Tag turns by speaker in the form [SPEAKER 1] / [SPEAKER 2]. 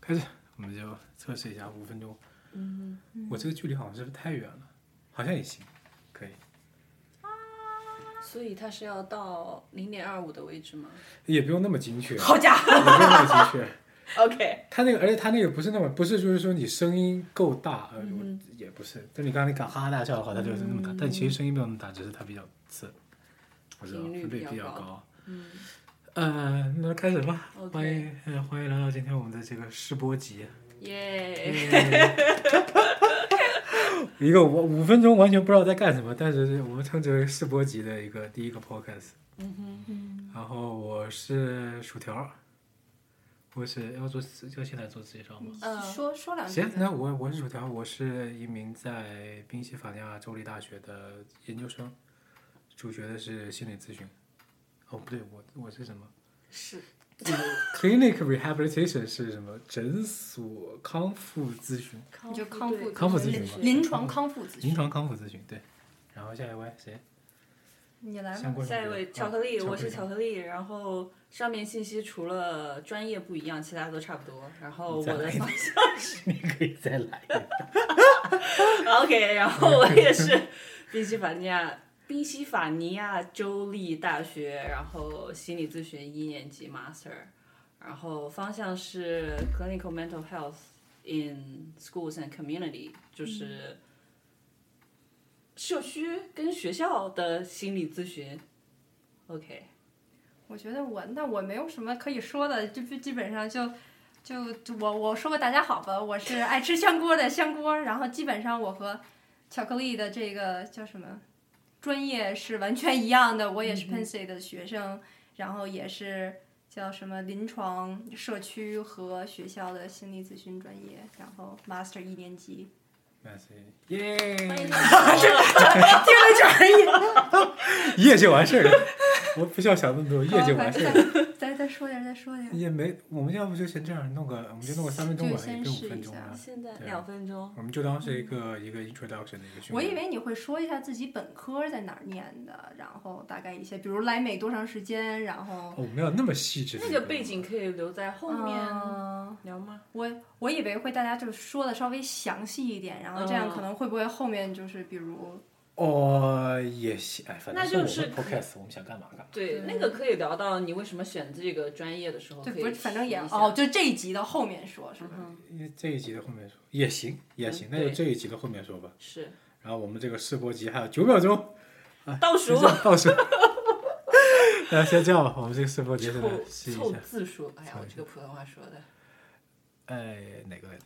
[SPEAKER 1] 开始我们就测试一下五分钟。
[SPEAKER 2] 嗯，
[SPEAKER 1] 我这个距离好像是不是太远了？好像也行，可以。
[SPEAKER 2] 所以它是要到零点二五的位置吗？
[SPEAKER 1] 也不用那么精确，也
[SPEAKER 2] 好家
[SPEAKER 1] 不用那么精确。
[SPEAKER 2] 伙，OK，
[SPEAKER 1] 它那个，而且它那个不是那么，不是就是说你声音够大，呃，我
[SPEAKER 2] 嗯
[SPEAKER 1] 也不是。就你刚才那个哈哈大笑的话，它就是那么大，但其实声音没有那么大，只是它比较刺，我知道
[SPEAKER 2] 频率
[SPEAKER 1] 分贝
[SPEAKER 2] 比较
[SPEAKER 1] 比较
[SPEAKER 2] 高
[SPEAKER 1] 高。
[SPEAKER 2] 嗯，
[SPEAKER 1] 呃，那开始吧
[SPEAKER 2] OK
[SPEAKER 1] 欢迎、呃欢迎来到今天我们的这个试播集。
[SPEAKER 2] 耶，
[SPEAKER 1] 嗯一个我五分钟完全不知道在干什么，但是是我们称之为试播集的一个第一个 podcast。
[SPEAKER 2] 嗯哼，嗯
[SPEAKER 1] 然后我是薯条，我是要做自要先来做自介绍吗？
[SPEAKER 2] 嗯
[SPEAKER 3] 说说两句
[SPEAKER 1] 行，，那我我是薯条，我是一名在宾夕法尼亚州立大学的研究生，主学的是心理咨询。哦，不对，我我是什么
[SPEAKER 2] 是，
[SPEAKER 1] ？Clinic rehabilitation 是什么？诊所康复咨询，
[SPEAKER 3] 你就康复
[SPEAKER 2] 对
[SPEAKER 1] 康复咨询
[SPEAKER 2] 对
[SPEAKER 1] 吧
[SPEAKER 2] 对
[SPEAKER 3] 临床康复咨
[SPEAKER 1] 临
[SPEAKER 3] 询，
[SPEAKER 1] 床康复咨询，对。然后下一位谁？
[SPEAKER 3] 你来吧
[SPEAKER 1] 相关
[SPEAKER 2] 啊下一位巧克力，我是巧
[SPEAKER 1] 力。
[SPEAKER 2] 克力。然后上面信息除了专业不一样，其他都差不多。然后我
[SPEAKER 1] 你再
[SPEAKER 2] 的
[SPEAKER 1] 来一
[SPEAKER 2] 方
[SPEAKER 1] 你 可以再来一 遍。
[SPEAKER 2] OK，然后我也是宾夕法尼亚宾夕法尼亚州立大学，然后心理咨询一年级 Master，然后方向是 Clinical Mental Health in Schools and Community，就是社区跟学校的心理咨询。OK，
[SPEAKER 3] 我觉得我那我没有什么可以说的，就就基本上就就就我我说个大家好吧，我是爱吃香锅的香锅，然后基本上我和巧克力的这个叫什么专业是完全一样的，我也是 Penn State 的学生，然后也是叫什么临床社区和学校的心理咨询专业，然后 Master 一年级，
[SPEAKER 1] 那谁？耶！
[SPEAKER 2] 欢 迎大家
[SPEAKER 1] 业就完事儿了，我不需要想那么多，业
[SPEAKER 3] 好
[SPEAKER 1] 就
[SPEAKER 3] 反
[SPEAKER 1] 完事儿了。
[SPEAKER 3] 正 再再再说点，再说点。
[SPEAKER 1] 也没，我们要不就先这样弄个，我们就弄个三分钟吧，
[SPEAKER 3] 就
[SPEAKER 1] 也
[SPEAKER 3] 先
[SPEAKER 1] 不用
[SPEAKER 3] 试
[SPEAKER 1] 五
[SPEAKER 3] 一
[SPEAKER 1] 分钟
[SPEAKER 3] 下
[SPEAKER 1] 了。
[SPEAKER 2] 现在
[SPEAKER 1] 对
[SPEAKER 2] 两分钟。
[SPEAKER 1] 我们就当是一个一个 introduction 的一个训
[SPEAKER 3] 我以
[SPEAKER 1] 练。
[SPEAKER 3] 为你会说一下自己本科在哪儿念的，然后大概一些，比如来美多长时间，然后
[SPEAKER 1] 哦，没有那么细致。
[SPEAKER 2] 那个背景可以留在后面
[SPEAKER 3] 嗯
[SPEAKER 2] 聊吗？
[SPEAKER 3] 我我以为会大家就是说的稍微详细一点，然后
[SPEAKER 2] 嗯
[SPEAKER 3] 这样可能会不会后面就是比如
[SPEAKER 1] 哦，也行，哎，反正
[SPEAKER 2] 那就
[SPEAKER 1] 我们
[SPEAKER 2] 是
[SPEAKER 1] podcast，我们想干嘛干嘛。
[SPEAKER 2] 对，
[SPEAKER 3] 嗯
[SPEAKER 2] 那个可以聊到你为什么选这个专业的时候，
[SPEAKER 3] 对，
[SPEAKER 2] 可
[SPEAKER 3] 不
[SPEAKER 2] 以
[SPEAKER 3] 是反正也
[SPEAKER 2] 提一下
[SPEAKER 3] 哦，，就这一集的后面说是吧？
[SPEAKER 1] 因为这一集的后面说也行，也行，那就
[SPEAKER 2] 嗯对
[SPEAKER 1] 这一集的后面说吧。
[SPEAKER 2] 是
[SPEAKER 1] 然后我们这个试播集还有九秒钟，
[SPEAKER 2] 倒
[SPEAKER 1] 就
[SPEAKER 2] 数
[SPEAKER 1] 这样倒数。 那先这样吧，我们这个试播集现在
[SPEAKER 2] 凑
[SPEAKER 1] 试一
[SPEAKER 2] 凑
[SPEAKER 1] 下。
[SPEAKER 2] 字数。哎呀，
[SPEAKER 1] 凑
[SPEAKER 2] 我
[SPEAKER 1] 一
[SPEAKER 2] 这个普通话说的，
[SPEAKER 1] 哎，哪个来着？